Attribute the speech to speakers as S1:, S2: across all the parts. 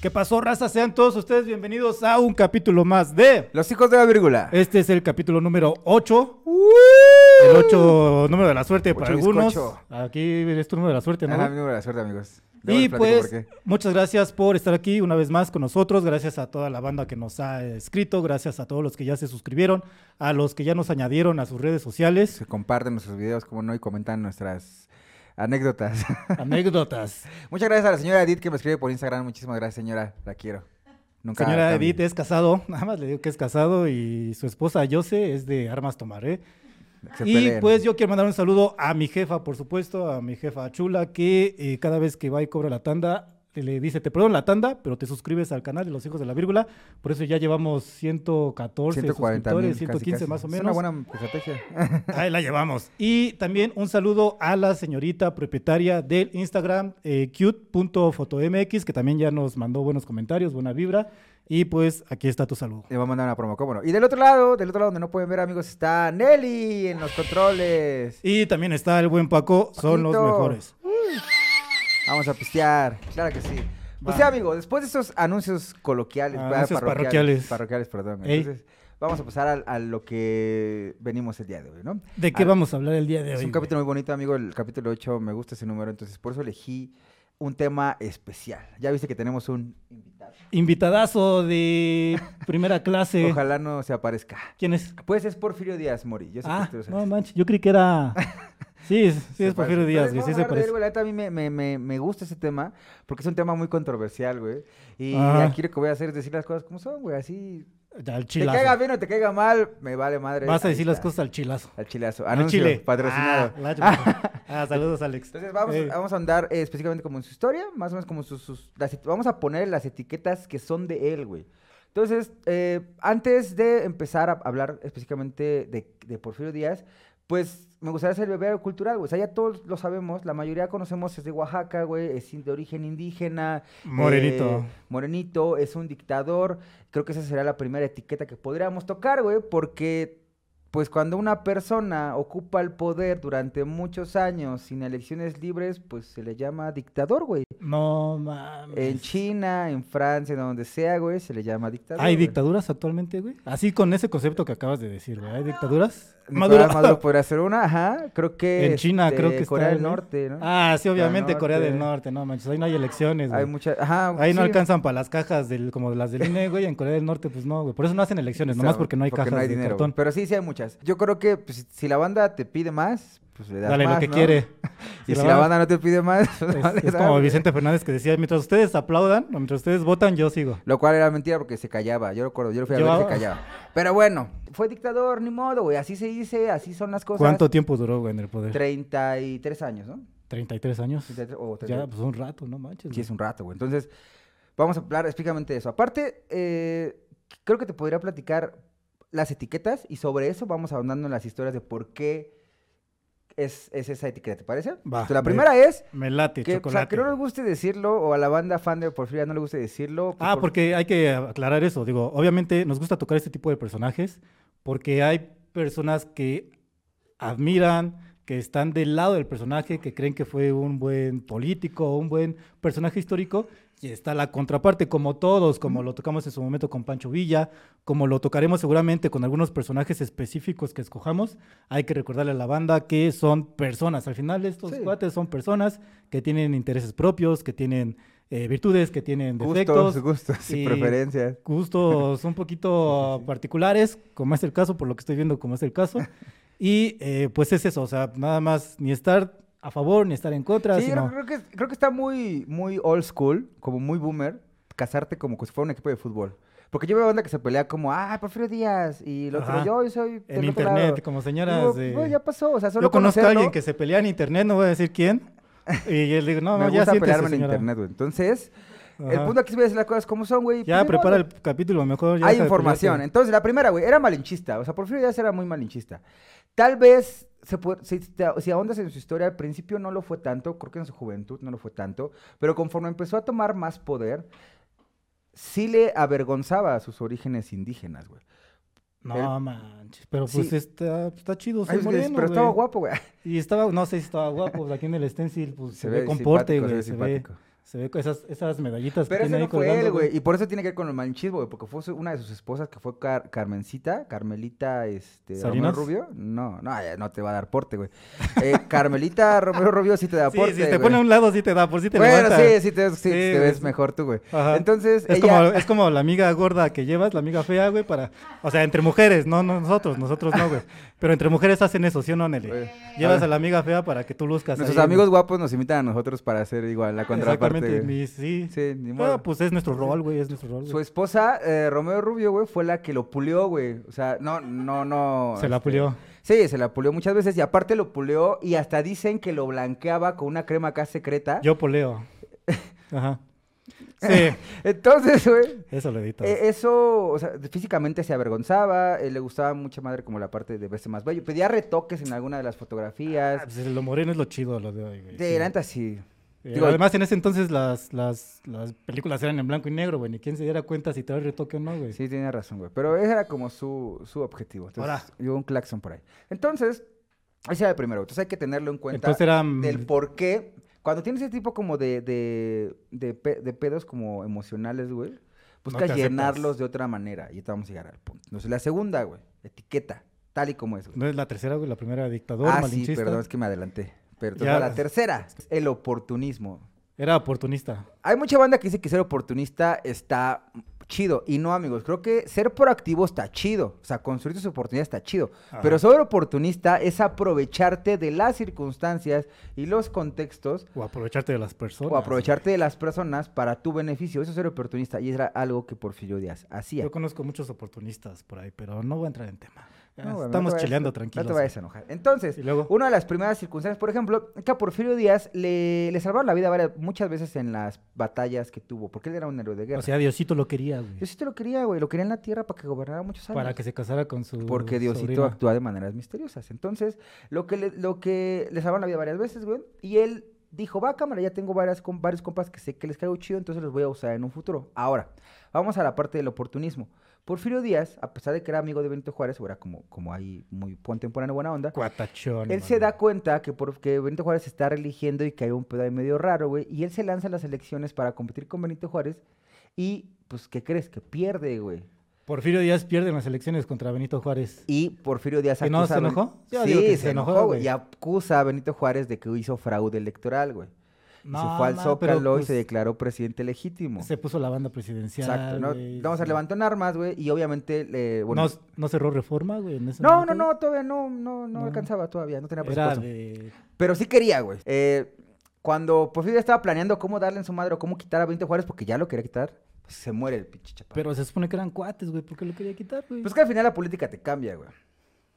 S1: ¿Qué pasó, raza? Sean todos ustedes bienvenidos a un capítulo más de...
S2: Los hijos de la vírgula.
S1: Este es el capítulo número 8. El 8, número de la suerte para
S2: Ocho
S1: algunos.
S2: bizcocho.
S1: Aquí es tu número de la suerte, ¿no?
S2: Ajá, mi número de la suerte, amigos. Luego
S1: Y
S2: les platico
S1: pues,
S2: por qué.
S1: muchas gracias por estar aquí una vez más con nosotros. Gracias a toda la banda que nos ha escrito. Gracias a todos los que ya se suscribieron. A los que ya nos añadieron a sus redes sociales.
S2: Se comparten nuestros videos, como no, y comentan nuestras anécdotas.
S1: Anécdotas.
S2: Muchas gracias a la señora Edith que me escribe por Instagram. Muchísimas gracias, señora. La quiero. Nunca
S1: Señora
S2: cambie.
S1: Edith es casado. Nada más le digo que es casado. Y su esposa Yose es de Armas Tomar, ¿eh?
S2: Que se
S1: y
S2: peleen.
S1: pues yo quiero mandar un saludo a mi jefa, por supuesto, a mi jefa Chula, que eh, cada vez que va y cobra la tanda, le dice, te perdono la tanda, pero te suscribes al canal de los hijos de la vírgula. Por eso ya llevamos 114 suscriptores,
S2: mil, casi,
S1: 115
S2: casi.
S1: más o
S2: Es una
S1: menos.
S2: buena estrategia.
S1: Ahí la llevamos. Y también un saludo a la señorita propietaria del Instagram, eh, cute.fotomx, que también ya nos mandó buenos comentarios, buena vibra. Y pues aquí está tu saludo.
S2: Le voy a mandar una promo, cómo no. Y del otro lado, del otro lado donde no pueden ver, amigos, está Nelly en los controles.
S1: Y también está el buen Paco, son los
S2: Paquito.
S1: mejores.
S2: Vamos a pistear. Claro que sí.
S1: Va.
S2: Pues sí, amigo, después de esos anuncios coloquiales, ah,
S1: Anuncios parroquiales.
S2: parroquiales. perdón.
S1: Ey.
S2: Entonces, vamos a pasar al- a, lo que venimos el día de hoy, ¿no?
S1: ¿De qué
S2: Ah,
S1: vamos a hablar el día de hoy?
S2: Es un
S1: güey?
S2: capítulo muy bonito, amigo. El capítulo 8, me gusta ese número, entonces por eso elegí un tema especial. Ya viste que tenemos un invitado.
S1: Invitadazo de primera clase.
S2: Ojalá no se aparezca.
S1: ¿Quién es?
S2: Pues es Porfirio Díaz Mori. Yo sé
S1: Ah,
S2: que tú lo sabes.
S1: no manches, yo creí que era. Sí, es- sí
S2: Se
S1: es Porfirio
S2: parece.
S1: Díaz,
S2: Entonces,
S1: güey,
S2: vamos
S1: sí
S2: a
S1: se
S2: hablar de
S1: parece.
S2: él, güey. La neta, a mí me, me- me- me gusta ese tema porque es un tema muy controversial, güey. Y
S1: Ah.
S2: aquí lo que voy a hacer es decir las cosas como son, güey. Así,
S1: Ya, Al
S2: te caiga
S1: chilazo.
S2: bien o te caiga mal, me vale madre.
S1: Vas a
S2: ahí
S1: decir las
S2: está.
S1: cosas al chilazo.
S2: Al chilazo.
S1: Al
S2: Anuncio,
S1: chile.
S2: patrocinado.
S1: Ah, la- ah, saludos, Alex.
S2: Entonces vamos,
S1: Ey.
S2: vamos a andar eh, específicamente como en su historia, más o menos como sus... sus- las et- vamos a poner las etiquetas que son de él, güey. Entonces, eh, antes de empezar a hablar específicamente de, de Porfirio Díaz, pues me gustaría hacer el bebé cultural, güey. O sea, ya todos lo sabemos, la mayoría conocemos es de Oaxaca, güey, es in- de origen indígena.
S1: Morenito.
S2: eh, morenito, es un dictador. Creo que esa será la primera etiqueta que podríamos tocar, güey, porque pues cuando una persona ocupa el poder durante muchos años sin elecciones libres, pues se le llama dictador, güey.
S1: No mames.
S2: En China, en Francia, en donde sea, güey, se le llama dictador.
S1: ¿Hay
S2: güey.
S1: dictaduras actualmente, güey? Así con ese concepto que acabas de decir, güey. ¿Hay dictaduras?
S2: Nicolás
S1: Maduro.
S2: Maduro pues, podría ser una, ajá. Creo que.
S1: En China creo que
S2: este,
S1: está,
S2: Corea del
S1: güey.
S2: Norte, ¿no?
S1: Ah, sí, obviamente, Corea del
S2: Norte.
S1: Norte. No manches, ahí no hay elecciones, güey.
S2: Hay muchas. Ajá,
S1: Ahí no
S2: sí.
S1: alcanzan para las cajas del, como las del INE, güey. En Corea del Norte, pues no, güey. Por eso no hacen elecciones,
S2: O
S1: nomás
S2: sea,
S1: porque no hay cajas de
S2: dinero,
S1: cartón.
S2: Pero sí, sí hay muchas. Yo creo que pues, si- si la banda te pide más, pues le das
S1: Dale
S2: más,
S1: lo que
S2: ¿no?
S1: quiere.
S2: Y
S1: Si
S2: si
S1: la
S2: la
S1: banda-
S2: banda no te pide más, pues, no le
S1: Es, es
S2: das,
S1: como
S2: güey.
S1: Vicente Fernández que decía, mientras ustedes aplaudan, o mientras ustedes votan, yo sigo.
S2: Lo cual era mentira porque se callaba. Yo recuerdo, yo lo fui a
S1: Yo-
S2: ver y se callaba. Pero bueno, fue dictador, ni modo, güey. Así se dice, así son las cosas.
S1: ¿Cuánto tiempo duró, güey, en el poder?
S2: 33 años, ¿no?
S1: 33 años.
S2: 33 o
S1: Ya,
S2: 33.
S1: pues un rato, no manches.
S2: Sí,
S1: güey.
S2: es un rato, güey. Entonces, vamos a hablar específicamente de eso. Aparte, eh, creo que te podría platicar las etiquetas y sobre eso vamos ahondando en las historias de por qué es, es esa etiqueta, ¿te parece?
S1: Va,
S2: Entonces, la
S1: me-
S2: primera es
S1: Me late,
S2: que, o sea,
S1: chocolate.
S2: que no nos guste decirlo o a la banda fan de Porfiria no le guste decirlo. pues,
S1: Ah,
S2: por-
S1: porque hay que aclarar eso. Digo, obviamente nos gusta tocar este tipo de personajes porque hay personas que admiran, que están del lado del personaje, que creen que fue un buen político, un buen personaje histórico, y está la contraparte, como todos, como lo tocamos en su momento con Pancho Villa, como lo tocaremos seguramente con algunos personajes específicos que escojamos. Hay que recordarle a la banda que son personas. Al final estos
S2: Sí.
S1: cuates son personas que tienen intereses propios, que tienen eh, virtudes, que tienen defectos
S2: Gustos, gustos y
S1: y-
S2: preferencias.
S1: gustos un poquito particulares, como es el caso, por lo que estoy viendo, como es el caso. Y eh, pues es eso, o sea, nada más ni estar a favor ni estar en contra,
S2: Sí,
S1: sino.
S2: creo, creo que, creo que está muy, muy old school, como muy boomer, casarte como que si fuera un equipo de fútbol. Porque yo veo banda que se pelea como, ah, Porfirio Díaz, y el otro,
S1: Ajá.
S2: yo soy del
S1: En
S2: otro
S1: internet,
S2: lado".
S1: como
S2: Digo,
S1: señoras de...
S2: "Güey, ya pasó, o sea, solo
S1: Yo conozco a alguien
S2: conocerlo,
S1: que se pelea en internet, no voy a decir quién. Y él digo, no,
S2: me
S1: no, ya
S2: gusta
S1: siéntese,
S2: pelearme en
S1: señora.
S2: internet, güey. Entonces, el
S1: Ajá.
S2: punto aquí es decir las cosas como son, güey.
S1: Ya,
S2: pues, ni
S1: prepara
S2: modo.
S1: el capítulo mejor. ya
S2: Hay
S1: deja de
S2: información.
S1: pelearte.
S2: Entonces, la primera, güey, era malinchista. O sea, Porfirio Díaz era muy malinchista. Tal vez, se puede- si, te- si ahondas en su historia, al principio no lo fue tanto, creo que en su juventud no lo fue tanto, pero conforme empezó a tomar más poder, sí le avergonzaba sus orígenes indígenas, güey.
S1: No manches, pero pues
S2: Sí.
S1: está, está chido, soy
S2: Ay, es que-
S1: moreno,
S2: pero estaba
S1: güey.
S2: guapo, güey.
S1: Y estaba, no sé si estaba guapo, pues, aquí en el stencil pues, se, ve con
S2: simpático,
S1: porte, güey, se ve,
S2: simpático.
S1: se ve con esas, esas medallitas
S2: Pero
S1: que Pues,
S2: ese
S1: tiene ahí
S2: no fue
S1: colgando,
S2: él, güey. Y por eso tiene que ver con el manchismo, güey. Porque fue su- una de sus esposas que fue Car- Carmencita, Carmelita, este,
S1: ¿Salinas?
S2: Romero Rubio. No, no, ya no te va a dar porte, güey. Eh, Carmelita Romero Rubio sí te da
S1: Sí,
S2: porte,
S1: si te
S2: güey.
S1: pone a un lado, sí te da, por si te
S2: Bueno,
S1: levanta.
S2: sí, sí te, sí,
S1: Sí,
S2: te
S1: güey,
S2: ves
S1: sí.
S2: mejor tú, güey.
S1: Ajá.
S2: Entonces,
S1: Es,
S2: ella...
S1: como, es como la amiga gorda que llevas, la amiga fea, güey, para... O sea, entre mujeres, no no nosotros, nosotros no, güey. Pero entre mujeres hacen eso, ¿sí o no, Nelly?
S2: Güey.
S1: Llevas
S2: Ah.
S1: a la amiga fea para que tú luzcas
S2: Nuestros
S1: ahí,
S2: amigos
S1: güey.
S2: guapos nos invitan a nosotros para hacer igual la contraparte,
S1: Exactamente,
S2: güey.
S1: mi- sí.
S2: Sí, ni
S1: Ah,
S2: modo.
S1: pues es nuestro rol, güey, es nuestro rol,
S2: Su
S1: güey.
S2: esposa, eh, Romeo Rubio, güey, fue la que lo pulió, güey. O sea, no, no, no.
S1: Se la
S2: este,
S1: pulió.
S2: Sí, se la pulió muchas veces y aparte lo pulió y hasta dicen que lo blanqueaba con una crema acá secreta.
S1: Yo poleo. Ajá. Sí,
S2: Entonces, güey,
S1: eso lo editas.
S2: eh, eso, o sea, físicamente se avergonzaba, eh, le gustaba mucha madre como la parte de verse más bello. Pedía retoques en alguna de las
S1: Ah,
S2: fotografías.
S1: pues, lo moreno es lo chido lo de hoy, güey.
S2: De
S1: sí.
S2: la neta, sí.
S1: Eh,
S2: digo-
S1: además, en ese entonces las, las, las películas eran en blanco y negro, güey. Ni quien se diera cuenta si trae retoque o no, güey.
S2: Sí, tiene razón, güey. Pero ese era como su, su objetivo. Entonces,
S1: Ahora.
S2: llegó un claxon por ahí. Entonces, ese era el primero. Entonces hay que tenerlo en cuenta
S1: entonces era... mm,
S2: del por qué. Cuando tienes ese tipo como de, de, de, pe- de pedos como emocionales, güey, buscas
S1: te aceptas.
S2: llenarlos de otra manera. Y te vamos a llegar al punto. Entonces, la segunda, güey, etiqueta, tal y como es, güey.
S1: No es la tercera, güey, la primera dictador,
S2: ah, sí,
S1: malinchista.
S2: perdón, es que me adelanté. Pero
S1: Ya.
S2: la tercera, el oportunismo.
S1: Era oportunista.
S2: Hay mucha banda que dice que ser oportunista está chido. Y no, amigos, creo que ser proactivo está chido. O sea, construir tus oportunidades está chido.
S1: Ajá.
S2: Pero ser oportunista es aprovecharte de las circunstancias y los contextos
S1: O aprovecharte de las personas.
S2: o aprovecharte de las personas para tu beneficio. Eso es ser oportunista. Y era algo que Porfirio Díaz hacía.
S1: Yo conozco muchos oportunistas por ahí, pero no voy a entrar en tema. Ya,
S2: No, güey, no te
S1: Estamos
S2: vayas-
S1: chileando
S2: No
S1: tranquilos. eh.
S2: te vayas a enojar. Entonces,
S1: Y luego,
S2: una de las primeras circunstancias, por ejemplo, que a Porfirio Díaz le, le salvaron la vida varias- muchas veces en las batallas que tuvo, porque él era un héroe de guerra.
S1: o sea, Diosito lo quería, güey.
S2: Yo sí te lo quería, güey. Lo quería en la tierra para que gobernara muchos años.
S1: Para que se casara con su
S2: Porque Diosito
S1: sobrina.
S2: actúa de maneras misteriosas. Entonces, lo que le, lo que le salvaron la vida varias veces, güey. Y él dijo, va cámara, ya tengo varias, com- varios compas que sé que les caigo chido, entonces los voy a usar en un futuro. Ahora, vamos a la parte del oportunismo. Porfirio Díaz, a pesar de que era amigo de Benito Juárez, o era como, como ahí muy contemporáneo, buena onda,
S1: Cuatachón.
S2: él se
S1: mano.
S2: da cuenta que porque Benito Juárez se está religiendo y que hay un pedo ahí medio raro, güey. Y él se lanza a las elecciones para competir con Benito Juárez. Y, pues, ¿qué crees? Que pierde, güey.
S1: Porfirio Díaz pierde en las elecciones contra Benito Juárez.
S2: Y Porfirio Díaz
S1: ¿Y no se
S2: acusa a Ben-
S1: enojó? Yo
S2: Sí,
S1: digo que
S2: se, enojó, güey. Y acusa a Benito Juárez de que hizo fraude electoral, güey. y se fue al
S1: ma, pero,
S2: Zócalo y se
S1: pues,
S2: declaró presidente legítimo.
S1: Se puso la banda presidencial.
S2: Exacto, ¿no?
S1: güey,
S2: Vamos a
S1: sí.
S2: levantar armas, güey. Y obviamente, le, bueno,
S1: ¿No, no cerró reforma, güey? en ese
S2: no, no,
S1: momento?
S2: no, todavía no, no, no
S1: No.
S2: alcanzaba todavía, no tenía
S1: Era
S2: presupuesto.
S1: de...
S2: Pero sí quería, güey. Eh, cuando Porfirio estaba planeando cómo darle en su madre o cómo quitar a Benito Juárez, porque ya lo quería quitar, pues se muere el pinche chaparro.
S1: Pero se supone que eran cuates, güey. ¿Por qué lo quería quitar, güey?
S2: Pues que al final la política te cambia, güey.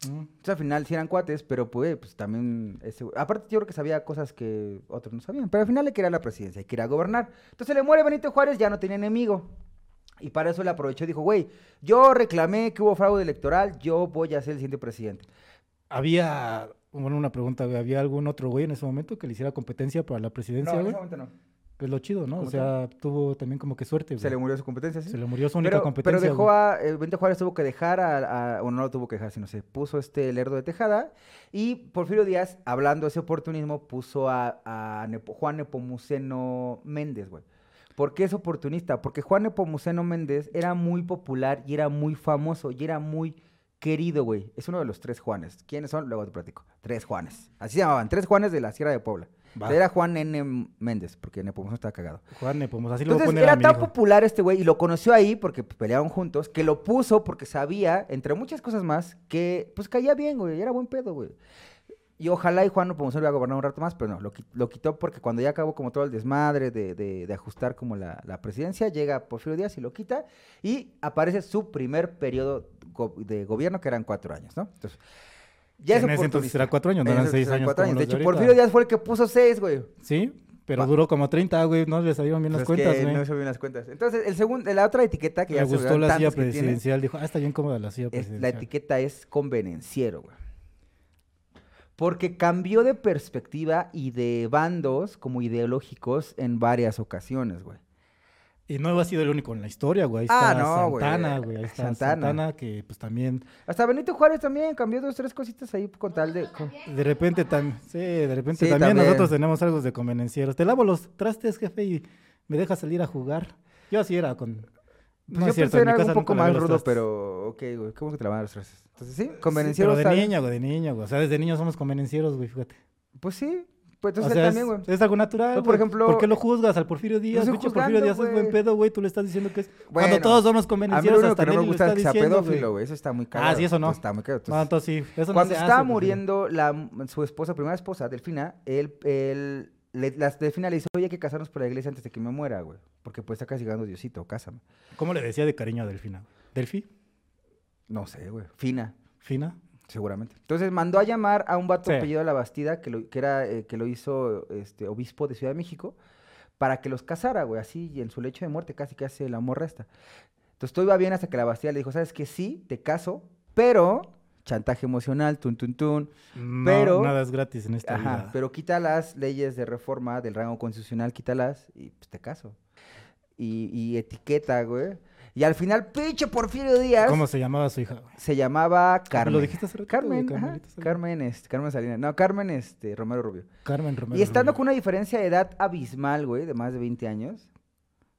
S1: Mm.
S2: Pues al final sí eran cuates, pero pues, pues también... Ese, güey- aparte yo creo que sabía cosas que otros no sabían. Pero al final le quería la presidencia y quería gobernar. Entonces le muere Benito Juárez, ya no tenía enemigo. Y para eso le aprovechó y dijo, güey, yo reclamé que hubo fraude electoral, yo voy a ser el siguiente presidente.
S1: Había... Bueno, una pregunta, güey. ¿Había algún otro güey en ese momento que le hiciera competencia para la
S2: No,
S1: presidencia,
S2: en ese
S1: güey?
S2: momento no.
S1: es lo chido, ¿no? O
S2: ¿Cómo
S1: sea, tuvo también como que suerte, güey.
S2: Se le murió su competencia, ¿sí?
S1: Se le murió su única competencia,
S2: dejó
S1: güey.
S2: a. eh, Benito Juárez tuvo que dejar a, a- O no lo tuvo que dejar, sino se puso este Lerdo de Tejada. Y Porfirio Díaz, hablando de ese oportunismo, puso a, a Nepo- Juan Nepomuceno Méndez, güey. ¿Por qué es oportunista? Porque Juan Nepomuceno Méndez era muy popular y era muy famoso y era muy querido, güey. Es uno de los tres Juanes. ¿Quiénes son? Luego te platico. Tres Juanes. Así se llamaban. Tres Juanes de la Sierra de Puebla.
S1: Va.
S2: Era Juan N. Méndez, porque Nepomuceno estaba cagado.
S1: Juan Nepomuceno, así lo voy a
S2: Entonces
S1: poner a
S2: era
S1: mi
S2: tan
S1: hijo.
S2: popular este güey y lo conoció ahí porque pues, pelearon juntos que lo puso porque sabía, entre muchas cosas más, que pues caía bien, güey, era buen pedo, güey. Y ojalá y Juan Nepomuceno iba a gobernar un rato más, pero no, lo, qui- lo quitó porque cuando ya acabó como todo el desmadre de, de- de ajustar como la, la presidencia, llega Porfirio Díaz y lo quita y aparece su primer periodo go- de gobierno que eran cuatro años, ¿no? Entonces, ya es
S1: En ese entonces
S2: oportunista.
S1: era cuatro años, no
S2: En
S1: eran
S2: ese
S1: seis
S2: eran
S1: años
S2: cuatro
S1: como
S2: años. De
S1: los de
S2: hecho,
S1: ahorita.
S2: Porfirio Díaz fue el que puso seis, güey.
S1: Sí, pero
S2: Va.
S1: duró como 30, güey. No le salieron bien las
S2: Ah. Pues
S1: cuentas,
S2: que
S1: güey.
S2: no se bien las cuentas. Entonces, el segundo, la otra etiqueta que
S1: Le
S2: ya se
S1: gustó
S2: vieron
S1: la silla
S2: tantas que tiene,
S1: presidencial. Dijo, ah, está bien cómoda la silla
S2: es- la
S1: presidencial.
S2: etiqueta es convenenciero, güey. Porque cambió de perspectiva y de bandos como ideológicos en varias ocasiones, güey.
S1: Y no ha sido el único en la historia, güey. Ahí
S2: Ah,
S1: está
S2: no, güey.
S1: Santana, güey. Ahí está
S2: Santana.
S1: Santana. que pues también
S2: Hasta Benito Juárez también cambió dos, tres cositas ahí con tal de... con-
S1: De repente también, sí, de repente
S2: Sí,
S1: también,
S2: también.
S1: nosotros tenemos algo de convenencieros. Te lavo los trastes, jefe, y me dejas salir a jugar. Yo así era con.
S2: Pues
S1: no
S2: yo
S1: es cierto,
S2: pensé
S1: en
S2: en
S1: mi
S2: algo
S1: casa
S2: un poco
S1: nunca lavé
S2: más
S1: los
S2: rudo,
S1: trastes.
S2: pero ok, güey, ¿cómo que te lavaban los trastes? Entonces sí,
S1: Sí,
S2: convenencieros.
S1: pero de
S2: ¿sabes?
S1: niño, güey, de niño, güey. O sea, desde niños somos convenencieros, güey, fíjate.
S2: Pues sí, pues
S1: O
S2: entonces
S1: sea,
S2: él
S1: es,
S2: también, güey.
S1: es algo natural.
S2: Yo, por
S1: por
S2: ejemplo,
S1: ejemplo. ¿Por qué lo juzgas al Porfirio Díaz?
S2: estoy
S1: Pinche Porfirio
S2: juzgando,
S1: Díaz es buen
S2: güey.
S1: pedo, güey. Tú le estás diciendo que es.
S2: Bueno,
S1: Cuando todos somos
S2: A mí lo
S1: convenencieros,
S2: único que
S1: hasta
S2: no
S1: Nelly
S2: me
S1: lo
S2: gusta es
S1: está
S2: que sea
S1: diciendo, güey.
S2: pedófilo, güey. Eso está muy caro.
S1: Ah, sí, eso no.
S2: Está muy caro.
S1: No,
S2: Entonces,
S1: entonces sí. Eso no
S2: cuando
S1: se hace,
S2: estaba
S1: güey.
S2: muriendo la, su esposa, primera esposa, Delfina, él, él le, las- Delfina le dice, oye, hay que casarnos por la iglesia antes de que me muera, güey. Porque pues está castigando Diosito, cásame.
S1: ¿Cómo le decía de cariño a Delfina? ¿Delfi?
S2: No sé, güey. Fina,
S1: ¿Fina?
S2: seguramente. Entonces mandó a llamar a un vato
S1: Sí.
S2: apellido de la Bastida, que lo, que era, eh, que lo hizo este, obispo de Ciudad de México, para que los casara, güey. Así, y en su lecho de muerte, casi que hace la morra esta. Entonces todo iba bien hasta que la Bastida le dijo, ¿sabes qué? Sí, te caso, pero chantaje emocional, tun, tun, tun.
S1: No,
S2: Pero-
S1: Nada es gratis en esta
S2: Ajá,
S1: vida.
S2: pero quita las leyes de reforma del rango constitucional, quítalas y pues te caso. Y, y etiqueta, güey. Y al final, pinche Porfirio Díaz
S1: ¿Cómo se llamaba su hija? güey?
S2: se llamaba Carmen.
S1: Lo dijiste hace rato,
S2: Carmen,
S1: güey,
S2: ajá,
S1: Carmelita Salinas.
S2: Carmen, este, Carmen Salinas. No, Carmen este, Romero Rubio.
S1: Carmen Romero.
S2: y estando
S1: Rubio.
S2: con una diferencia de edad abismal, güey, de más de 20 años.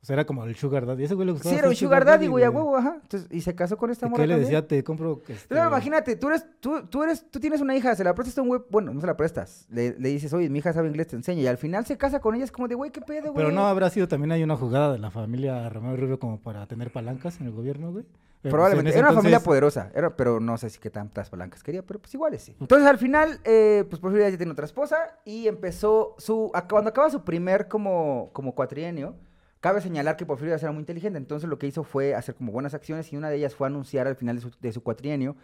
S1: O sea, era como el Sugar Daddy. Ese güey le gustaba.
S2: Sí, era
S1: hacer
S2: un sugar daddy, güey, a
S1: güey.
S2: huevo, ajá. Entonces, y se casó con esta
S1: ¿Y
S2: morra
S1: qué le
S2: también.
S1: decía? Te compro. este,
S2: Claro, imagínate, tú eres, tú, tú eres, tú tienes una hija, se la prestas a un güey, bueno, no se la prestas, le, le dices, oye, mi hija sabe inglés, te enseña, y al final se casa con ella, es como de, güey, qué pedo, güey.
S1: Pero no habrá sido también hay una jugada de la familia Romero Rubio como para tener palancas en el gobierno, güey. Eh, pues, en
S2: Probablemente,
S1: ese
S2: era una familia
S1: entonces,
S2: poderosa, era, pero no sé si qué tantas palancas quería, pero pues iguales sí. Entonces al final, eh, pues por fin ya tiene otra esposa, y empezó su, a- cuando acaba su primer como, como cuatrienio, Cabe señalar que Porfirio Díaz era muy inteligente, entonces lo que hizo fue hacer como buenas acciones y una de ellas fue anunciar al final de su, de su cuatrienio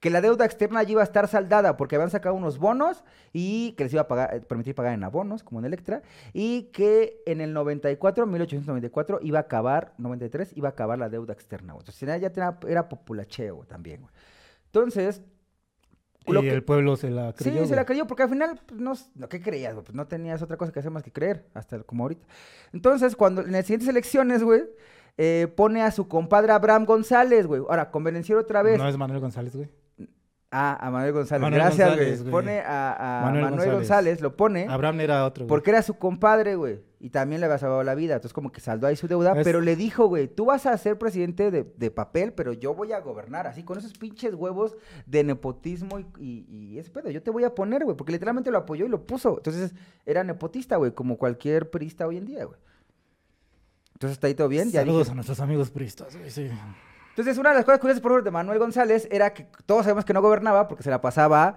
S2: que la deuda externa allí iba a estar saldada porque habían sacado unos bonos y que les iba a pagar- eh, permitir pagar en abonos, como en Electra, y que en el 94, 1894, iba a acabar, 93, iba a acabar la deuda externa. güey. Entonces ya tenía- era populacheo güey, también. güey. Entonces, lo
S1: Y
S2: que-
S1: el pueblo se la creyó.
S2: sí, se la
S1: güey.
S2: creyó, porque al final, pues, no, s- no, ¿qué creías, güey? Pues no tenías otra cosa que hacer más que creer, hasta como ahorita. Entonces, cuando en las siguientes elecciones, güey, eh, pone a su compadre Abraham González, güey. Ahora, convenenciero otra vez.
S1: No es Manuel González, güey.
S2: Ah, a Manuel González.
S1: Manuel
S2: Gracias,
S1: González,
S2: güey.
S1: güey.
S2: Pone a, a Manuel,
S1: Manuel
S2: González.
S1: González.
S2: lo pone
S1: Abraham era otro. güey.
S2: ¿Eh? porque era su compadre, güey. Y también le había salvado la vida. Entonces, como que saldó ahí su deuda.
S1: Es-
S2: Pero le dijo, güey, tú vas a ser presidente de, de papel, pero yo voy a gobernar. Así, con esos pinches huevos de nepotismo y, y- y ese pedo. Yo te voy a poner, güey. Porque literalmente lo apoyó y lo puso. Entonces, era nepotista, güey. Como cualquier perista hoy en día, güey. Entonces, está ahí todo bien. Ya
S1: Saludos
S2: dije-
S1: a nuestros amigos puristas, güey, sí.
S2: Entonces, una de las cosas curiosas, por ejemplo, de Manuel González era que todos sabemos que no gobernaba porque se la pasaba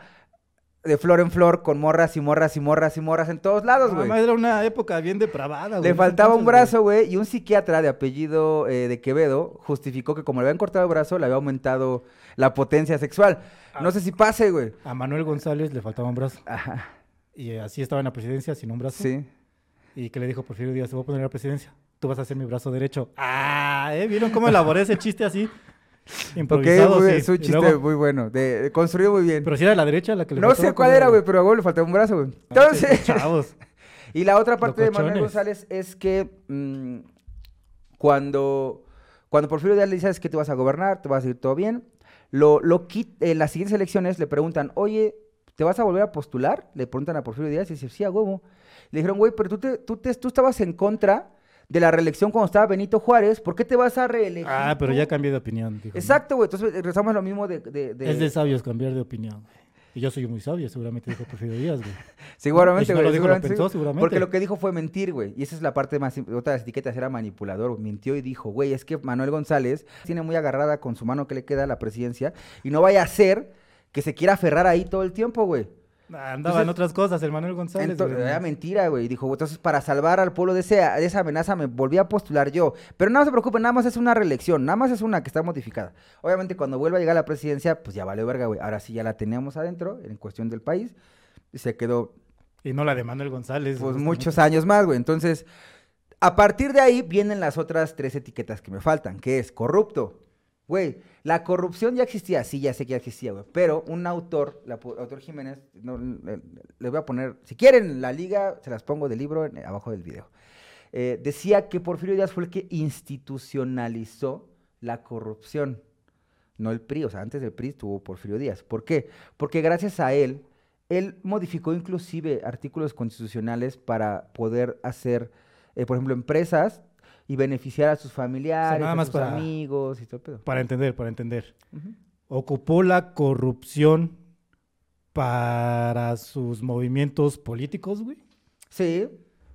S2: de flor en flor con morras y morras y morras y morras en todos lados, güey.
S1: Además, era una época bien depravada, güey.
S2: Le
S1: en ese
S2: faltaba un
S1: Ah, entonces, güey.
S2: brazo, güey, y un psiquiatra de apellido eh, de Quevedo justificó que como le habían cortado el brazo, le había aumentado la potencia sexual. No sé si pase, güey.
S1: A Manuel González le faltaba un brazo.
S2: Ajá,
S1: Y eh, así estaba en la presidencia, sin un brazo.
S2: sí.
S1: Y que le dijo Porfirio Díaz, te voy a poner a la presidencia. Tú vas a ser mi brazo derecho. Ah, ¿eh? ¿Vieron cómo elaboré ese chiste así?
S2: Ok,
S1: Improvisado,
S2: muy bien,
S1: sí.
S2: es un
S1: Y
S2: chiste
S1: luego-
S2: muy bueno, de, de- construido muy bien.
S1: pero si era de la derecha la que le
S2: No
S1: faltaba
S2: sé cuál
S1: como-
S2: era, güey, pero a huevo le faltaba un brazo, güey.
S1: Ah, sí,
S2: Entonces...
S1: Chavos.
S2: Y la otra parte de Manuel
S1: Locochones.
S2: González es que mm, cuando, cuando Porfirio Díaz le dice "Sabes que tú vas a gobernar, te vas a ir todo bien, lo, lo quit- en las siguientes elecciones le preguntan, oye, ¿te vas a volver a postular? Le preguntan a Porfirio Díaz y dice, sí, a huevo. Le dijeron, güey, pero tú, te, tú, te, tú estabas en contra de la reelección cuando estaba Benito Juárez, ¿por qué te vas a reelegir?
S1: Ah, pero
S2: tú?"
S1: ya cambié de opinión. dijo, ¿no?
S2: Exacto, güey. Entonces eh, regresamos a lo mismo de... de- de-
S1: Es de sabios cambiar de opinión. güey. Y yo soy muy sabio, seguramente dijo Porfirio Díaz, güey. Y
S2: Seguramente,
S1: si no
S2: güey.
S1: lo dijo, lo
S2: seguramente,
S1: pensó,
S2: güey.
S1: seguramente.
S2: Porque lo que dijo fue mentir, güey. Y esa es la parte más. im- Otra de las etiquetas era manipulador. güey. Mintió y dijo, güey, es que Manuel González tiene muy agarrada con su mano que le queda la presidencia. Y no vaya a ser que se quiera aferrar ahí todo el tiempo, güey.
S1: Ah, Andaba
S2: Entonces-
S1: en otras cosas, el Manuel González.
S2: Entonces,
S1: güey.
S2: era mentira, güey. Y dijo, "Güey, entonces para salvar al pueblo de, esa- de esa amenaza me volví a postular yo. Pero no se preocupen, nada más es una reelección, nada más es una que está modificada. Obviamente cuando vuelva a llegar a la presidencia, pues ya valió verga, güey. Ahora sí ya la teníamos adentro, en cuestión del país. Y se quedó
S1: Y no la de Manuel González.
S2: pues
S1: justamente.
S2: muchos años más, güey. Entonces, a partir de ahí vienen las otras tres etiquetas que me faltan, que es corrupto. Güey, la corrupción ya existía, sí, ya sé que ya existía, güey. Pero un autor, la pu- autor Jiménez, no, le, le voy a poner, si quieren la liga, se las pongo de libro en- abajo del video. eh, decía que Porfirio Díaz fue el que institucionalizó la corrupción. No el PRI, o sea, antes del PRI tuvo Porfirio Díaz. ¿Por qué? Porque gracias a él, él modificó inclusive artículos constitucionales para poder hacer, eh, por ejemplo, empresas y beneficiar a sus familiares,
S1: nada
S2: a
S1: más
S2: sus
S1: para-
S2: amigos y todo el pedo.
S1: Para entender, para entender.
S2: Ujú.
S1: Ocupó la corrupción para sus movimientos políticos, güey.
S2: Sí.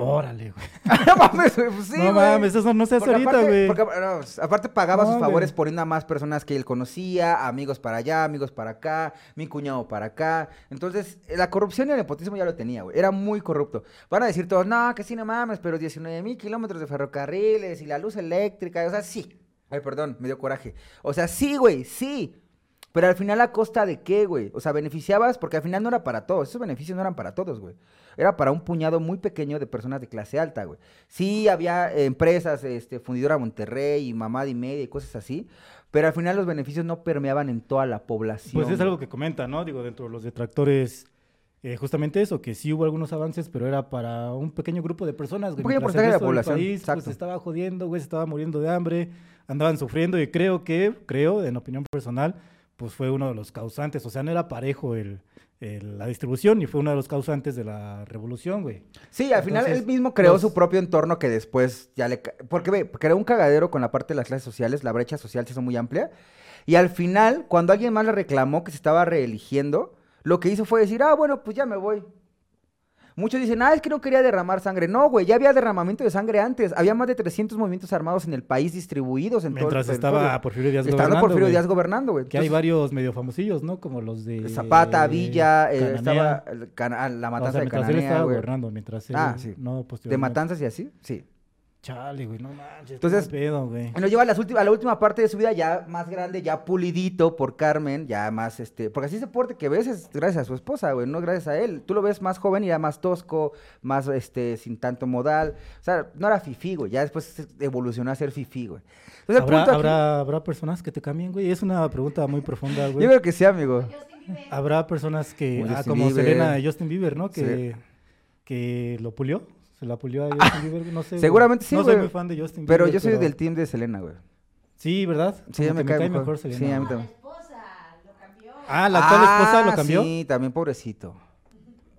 S1: Órale, güey.
S2: no mames, güey, pues sí,
S1: no
S2: güey.
S1: mames, eso no se hace
S2: Porque
S1: ahorita,
S2: aparte-
S1: güey.
S2: porque, ah, no, aparte pagaba
S1: No,
S2: sus favores
S1: güey.
S2: poniendo a más personas que él conocía, amigos para allá, amigos para acá, mi cuñado para acá. Entonces, eh, la corrupción y el nepotismo ya lo tenía, güey. Era muy corrupto. Van a decir todos, no, que sí, no mames, pero 19 mil kilómetros de ferrocarriles y la luz eléctrica. O sea, sí. Ay, perdón, me dio coraje. O sea, sí, güey, sí. Pero al final, ¿a costa de qué, güey? O sea, beneficiabas, porque al final no era para todos. Esos beneficios no eran para todos, güey. Era para un puñado muy pequeño de personas de clase alta, güey. Sí, había eh, empresas, este, Fundidora Monterrey y Mamada y Media y cosas así. Pero al final los beneficios no permeaban en toda la población.
S1: Pues es
S2: güey.
S1: algo que comenta, ¿no? Digo, dentro de los detractores, eh, justamente eso, que sí hubo algunos avances, pero era para un pequeño grupo de personas, güey.
S2: Un pequeño
S1: mientras
S2: porcentaje de la
S1: resto del
S2: población,
S1: país, pues,
S2: exacto.
S1: se estaba jodiendo, güey, se estaba muriendo de hambre, andaban sufriendo y creo que, creo, en opinión personal, pues fue uno de los causantes. O sea, no era parejo el, el- la distribución y fue uno de los causantes de la revolución, güey.
S2: Sí, al final
S1: Entonces,
S2: él mismo creó
S1: los-
S2: su propio entorno que después ya le... ca- Porque ve, creó un cagadero con la parte de las clases sociales, la brecha social se hizo muy amplia. Y al final, cuando alguien más le reclamó que se estaba reeligiendo, lo que hizo fue decir, ah, bueno, pues ya me voy. Muchos dicen, ah, es que no quería derramar sangre. No, güey, ya había derramamiento de sangre antes. Había más de 300 movimientos armados en el país distribuidos en
S1: Mientras
S2: todo el
S1: estaba
S2: territorio.
S1: Porfirio Díaz
S2: Estando
S1: gobernando,
S2: Porfirio
S1: güey,
S2: Díaz gobernando, güey.
S1: que hay
S2: Entonces,
S1: varios medio famosillos, ¿no? Como los de...
S2: Zapata, Villa, eh,
S1: Cananea.
S2: estaba el Cana- ah, la
S1: No, o
S2: matanza
S1: sea,
S2: de
S1: mientras él
S2: Cananea,
S1: estaba
S2: güey.
S1: gobernando, mientras él...
S2: Ah, sí.
S1: No,
S2: De
S1: posteriormente.
S2: matanzas y así, sí.
S1: Chale, güey, no manches.
S2: Entonces-
S1: qué pedo, güey.
S2: Y Nos lleva a, las últimas- a la última parte de su vida ya más grande, ya pulidito por Carmen, ya más este. Porque así ese porte que ves es gracias a su esposa, güey, no gracias a él. Tú lo ves más joven y ya más tosco, más este, sin tanto modal. O sea, no era fifí, güey. Ya después se evolucionó a ser fifí, güey. Entonces, el
S1: ¿Habrá,
S2: punto aquí-
S1: habrá, habrá personas que te cambien, güey? Es una pregunta muy profunda,
S2: Yo
S1: güey.
S2: creo que sí, amigo.
S3: Justin Bieber.
S1: Habrá personas que,
S2: Como
S1: ah,
S2: Justin
S1: como
S2: Bieber.
S1: Selena de Justin Bieber, ¿no? Que, que lo pulió, se la pulió a Justin Bieber, no sé. güey.
S2: Ah, Seguramente sí,
S1: No
S2: güey.
S1: soy muy fan de Justin Bieber.
S2: Pero yo soy del team de Selena, güey.
S1: Sí, ¿verdad?
S2: Sí, ya
S1: Como
S2: me
S1: que
S2: cae mejor.
S1: Selena.
S2: Sí, a mí
S3: No, la
S2: también.
S3: esposa lo cambió.
S1: Ah, la actual esposa lo
S2: Ah,
S1: cambió.
S2: Sí, también, pobrecito.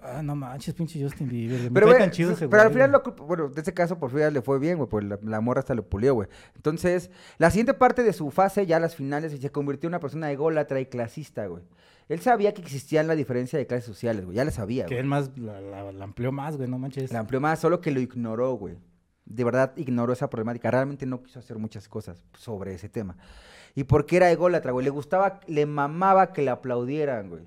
S1: Ah, no manches, pinche Justin Bieber. güey. Me
S2: Pero,
S1: cae
S2: güey,
S1: tan chido
S2: sí,
S1: ese
S2: pero al
S1: güey,
S2: final,
S1: güey.
S2: lo culpa- bueno, de ese caso, por fin le fue bien, güey, pues la, la morra hasta lo pulió, güey. Entonces, la siguiente parte de su fase, ya las finales, se convirtió en una persona ególatra y clasista, güey. Él sabía que existían la diferencia de clases sociales, güey, ya la sabía,
S1: Que
S2: güey.
S1: él más la, la- la amplió más, güey, no manches.
S2: La amplió más, solo que lo ignoró, güey. De verdad, ignoró esa problemática. Realmente no quiso hacer muchas cosas sobre ese tema. Y porque era ególatra, güey. Le gustaba, le mamaba que le aplaudieran, güey.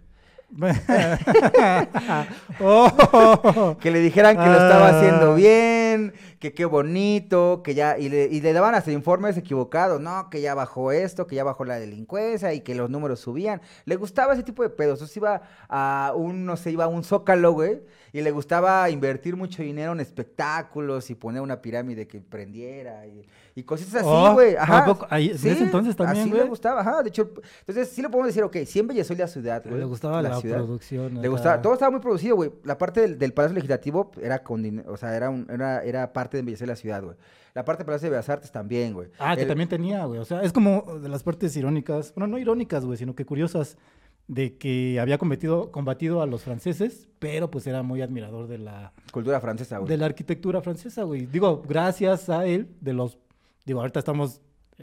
S1: Oh.
S2: Que le dijeran que lo estaba
S1: Ah.
S2: haciendo bien, que qué bonito, que ya, y le, y le daban hasta informes equivocados, no, que ya bajó esto, que ya bajó la delincuencia y que los números subían. Le gustaba ese tipo de pedos. Entonces iba a un, no sé, iba a un zócalo, güey, y le gustaba invertir mucho dinero en espectáculos y poner una pirámide que prendiera y, y cositas así,
S1: Oh,
S2: güey.
S1: ¿a
S2: Ajá.
S1: poco? Ahí- en ese entonces también,
S2: así le
S1: güey.
S2: gustaba, ajá. De hecho, entonces sí le podemos decir, ok, sí embelleció la ciudad, güey.
S1: Le gustaba la, producción.
S2: Le
S1: acá.
S2: gustaba, todo estaba muy producido, güey. La parte del, del Palacio Legislativo era con dinero, o sea, era, un- era, era parte de embellecer la ciudad, güey. La parte del Palacio de Bellas Artes también, güey.
S1: Ah, que
S2: El-
S1: también tenía, güey. O sea, es como de las partes irónicas, bueno, no irónicas, güey, sino que curiosas de que había combatido, combatido a los franceses, pero pues era muy admirador de la,
S2: Cultura francesa, güey.
S1: de la arquitectura francesa, güey. Digo, gracias a él, de los, digo, ahorita estamos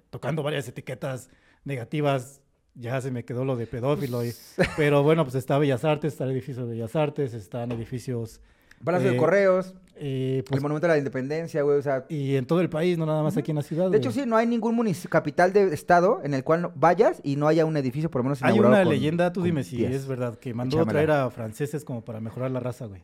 S1: tocando varias etiquetas negativas, ya se me quedó lo de pedófilo, y- pero bueno, pues está Bellas Artes, está el edificio de Bellas Artes, están edificios,
S2: Palacio de
S1: eh,
S2: Correos,
S1: eh, pues,
S2: el Monumento a la Independencia, güey. O sea,
S1: y en todo el país, no nada más aquí en la ciudad.
S2: de hecho,
S1: güey.
S2: sí, no hay ningún munici- capital de estado en el cual no- vayas y no haya un edificio, por lo menos
S1: Hay
S2: inaugurado
S1: una
S2: con-
S1: leyenda, tú
S2: con
S1: dime si
S2: pies.
S1: es verdad, que mandó
S2: Échamela.
S1: traer a franceses como para mejorar la raza, güey.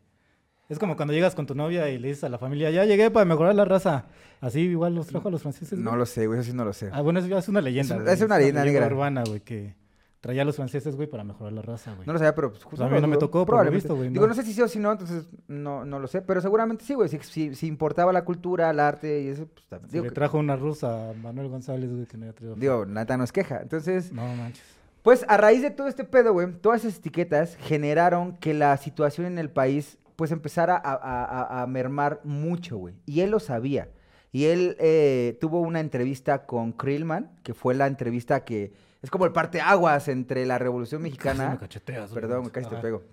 S1: Es como cuando llegas con tu novia y le dices a la familia, ya llegué para mejorar la raza. Así igual los trajo a los franceses.
S2: No
S1: güey.
S2: lo sé, güey, eso sí no lo sé.
S1: Ah, bueno, es, es una leyenda.
S2: Este. Es-
S1: güey,
S2: es una leyenda negra.
S1: urbana, güey, que traía a los franceses, güey, para mejorar la raza, güey.
S2: No lo sabía, pero pues, justo
S1: a mí
S2: lo
S1: no me
S2: dudo.
S1: tocó, por lo
S2: Probablemente.
S1: visto, güey,
S2: Digo,
S1: no.
S2: no sé si sí o si no, entonces no, no lo sé. Pero seguramente sí, güey. Si, si- si importaba la cultura, el arte y eso, pues también.
S1: Se
S2: digo
S1: le
S2: que-
S1: trajo una rusa a Manuel González, güey, que no había traído.
S2: Digo, Nata nos queja. Entonces,
S1: No manches.
S2: pues a raíz de todo este pedo, güey, todas esas etiquetas generaron que la situación en el país pues empezara a, a- a- a mermar mucho, güey. Y él lo sabía. Y él eh, tuvo una entrevista con Krillman, que fue la entrevista que es como el parteaguas entre la Revolución
S1: Casi
S2: Mexicana.
S1: me cacheteas, güey.
S2: Perdón, güey, casi te
S1: Ajá.
S2: pego.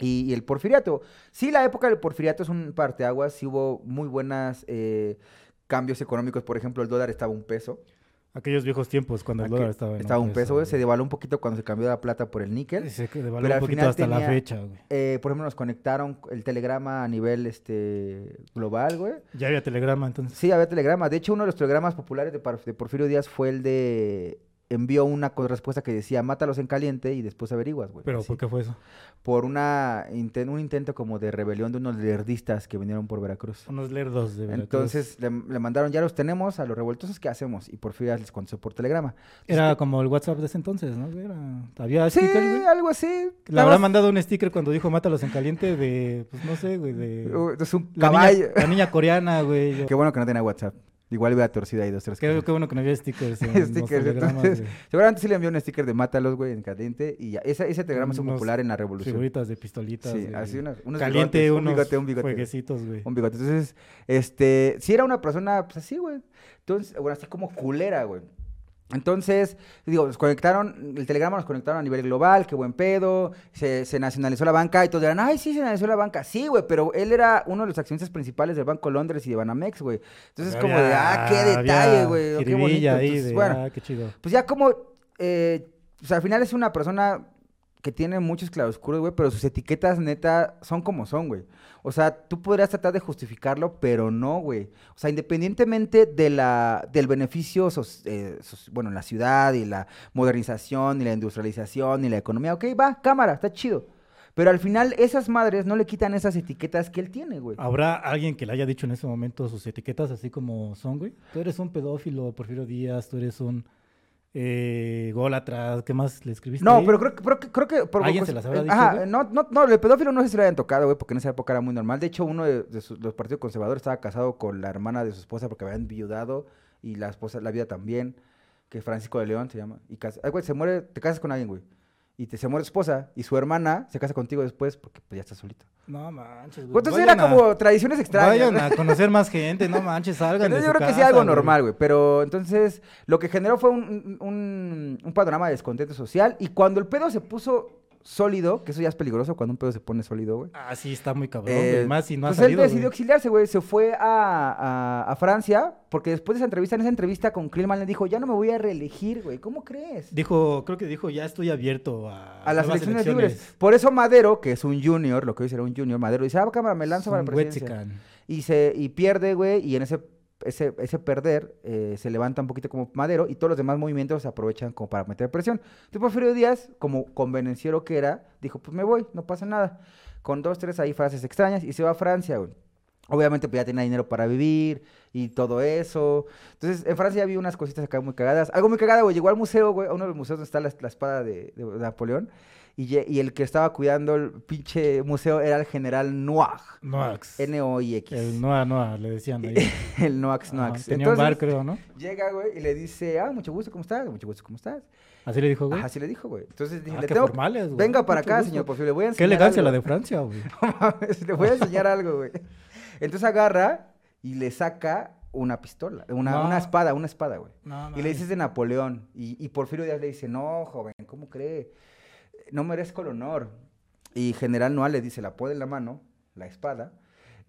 S2: Y, y el porfiriato. Sí, la época del porfiriato es un parteaguas. Sí hubo muy buenas eh, cambios económicos. Por ejemplo, el dólar estaba a un peso.
S1: Aquellos viejos tiempos cuando el
S2: Aquel-
S1: dólar estaba en
S2: a un peso, güey. Se devaluó un poquito cuando se cambió la plata por el níquel.
S1: Y Se devaluó
S2: pero
S1: un
S2: al
S1: poquito
S2: final
S1: hasta la
S2: tenía-
S1: fecha, güey.
S2: Eh, por ejemplo, nos conectaron el telegrama a nivel este global, güey.
S1: Ya había telegrama, entonces.
S2: Sí, había telegrama. De hecho, uno de los telegramas populares de, Par- de Porfirio Díaz fue el de... Envió una co- respuesta que decía, mátalos en caliente y después averiguas, güey.
S1: Pero,
S2: Así.
S1: ¿por qué fue eso?
S2: Por una inten- un intento como de rebelión de unos lerdistas que vinieron por Veracruz.
S1: Unos lerdos de Veracruz.
S2: Entonces le, le mandaron, ya los tenemos, a los revoltosos, ¿qué hacemos? Y Porfirio Díaz les contestó por telegrama.
S1: Era como el WhatsApp de ese entonces, ¿no? Era- Había
S2: este Sí,
S1: stickers, güey.
S2: algo así.
S1: Le
S2: Nada
S1: habrá
S2: más-
S1: mandado un sticker cuando dijo Mátalos en caliente de, pues no sé, güey, de...
S2: Uh, Es un
S1: La
S2: caballo.
S1: niña, la niña coreana, güey. yo-
S2: Qué bueno que no tenía WhatsApp. Igual hubiera torcido ahí dos, tres
S1: Qué,
S2: cosas.
S1: qué bueno que no había stickers. En los
S2: Stickers,
S1: telegramas,
S2: entonces,
S1: güey.
S2: Seguramente sí le envió un sticker de Mátalos, güey, en caliente. Y ya. Ese, ese telegrama es un
S1: Unos
S2: popular en la revolución.
S1: Figuritas de pistolitas.
S2: Sí,
S1: de-
S2: así unas- unos
S1: Caliente,
S2: bigotes,
S1: unos
S2: un bigote, un bigote.
S1: fueguecitos, güey.
S2: Un bigote. Entonces, este, sí era una persona, pues así, güey. Entonces, bueno, así como culera, güey. Entonces, digo, nos conectaron, el telegrama nos conectaron a nivel global, qué buen pedo, se, se nacionalizó la banca y todos dirán, ay, sí, se nacionalizó la banca, sí, güey, pero él era uno de los accionistas principales del Banco Londres y de Banamex, güey. Entonces, es como de, ah, qué
S1: Había-
S2: detalle,
S1: había
S2: güey, oh, qué
S1: jiribilla
S2: bonito.
S1: ahí
S2: Entonces,
S1: de,
S2: bueno,
S1: ah, qué chido.
S2: pues ya como, eh, pues al final es una persona que tiene muchos claroscuros, güey, pero sus etiquetas neta son como son, güey. O sea, tú podrías tratar de justificarlo, pero no, güey. O sea, independientemente de la, del beneficio, sos- eh, sos- bueno, la ciudad y la modernización y la industrialización y la economía, ok, va, cámara, está chido. Pero al final esas madres no le quitan esas etiquetas que él tiene, güey.
S1: ¿Habrá alguien que le haya dicho en ese momento sus etiquetas así como son, güey? Tú eres un pedófilo, Porfirio Díaz, tú eres un eh, gólatra, ¿qué más le escribiste?
S2: No,
S1: ahí?
S2: pero creo que, creo que, creo que por
S1: ¿Alguien
S2: por-
S1: se las habrá
S2: eh,
S1: dicho,
S2: Ajá,
S1: güey?
S2: no, no, no, el pedófilo no sé si lo hayan tocado, güey, porque en esa época era muy normal. De hecho, uno de, de sus- los partidos conservadores estaba casado con la hermana de su esposa porque habían viudado y la esposa, la vida también, que Francisco de León se llama. Y casa- ay, güey, se muere, te casas con alguien, güey. Y te, se muere tu esposa y su hermana se casa contigo después porque pues, ya está solito.
S1: No manches,
S2: Güey,
S1: güey.
S2: pues Entonces
S1: Vayan
S2: era
S1: a-
S2: como tradiciones extrañas.
S1: Vayan a conocer más gente, no manches, salgan de
S2: Entonces,
S1: su
S2: yo creo que sí
S1: casa,
S2: algo
S1: güey.
S2: normal, güey. Pero entonces lo que generó fue un, un- un panorama de descontento social. Y cuando el pedo se puso sólido, que eso ya es peligroso cuando un pedo se pone sólido, güey.
S1: Ah, sí, está muy cabrón,
S2: eh,
S1: güey. Más si no ha
S2: pues
S1: salido,
S2: él decidió
S1: güey.
S2: exiliarse, güey. Se fue a, a- a Francia porque después de esa entrevista, en esa entrevista con Krillman le dijo, ya no me voy a reelegir, güey. ¿Cómo crees?
S1: Dijo, creo que dijo, ya estoy abierto a,
S2: A las
S1: nuevas
S2: elecciones, libres.
S1: elecciones".
S2: Por eso Madero, que es un junior, lo que hoy será un junior, Madero dice, ah, cámara, me lanzo
S1: Es
S2: para la
S1: un
S2: presidencia.
S1: Wetzikan.
S2: y se y pierde, güey, y en ese ese, ese perder eh, se levanta un poquito como madero y todos los demás movimientos se aprovechan como para meter presión. Entonces Porfirio Díaz, como convenenciero que era, dijo, pues me voy, no pasa nada. Con dos, tres ahí frases extrañas y se va a Francia, güey. Obviamente pues ya tenía dinero para vivir y todo eso. Entonces en Francia ya vi unas cositas acá muy cagadas. Algo muy cagada, güey, llegó al museo, güey, a uno de los museos donde está la, la espada de, de Napoleón y, ye- y el que estaba cuidando el pinche museo era el general Noir.
S1: Noax.
S2: N-O-I-X.
S1: El Noa Noa, le decían ahí.
S2: El Noax
S1: Ajá,
S2: Noax.
S1: Tenía
S2: Entonces,
S1: un bar, creo, ¿no?
S2: llega, güey, y le dice, ah, mucho gusto, ¿cómo estás? Mucho gusto, ¿cómo estás?
S1: Así le dijo, güey.
S2: Ajá, así le dijo, güey. Entonces dije,
S1: Ah,
S2: le
S1: qué
S2: tengo...
S1: formales, güey.
S2: Venga para
S1: Mucho
S2: acá,
S1: gusto.
S2: señor Porfirio, le voy a enseñar
S1: Qué elegancia
S2: algo.
S1: la de Francia, güey.
S2: No mames, le voy a enseñar algo, güey. Entonces agarra y le saca una pistola, una,
S1: No.
S2: una espada, una espada, güey.
S1: No,
S2: Y le dices de Napoleón. Y, y Porfirio Díaz le dice, no, joven, ¿cómo cree? No merezco el honor. Y General Noa le dice, la pone en la mano, la espada,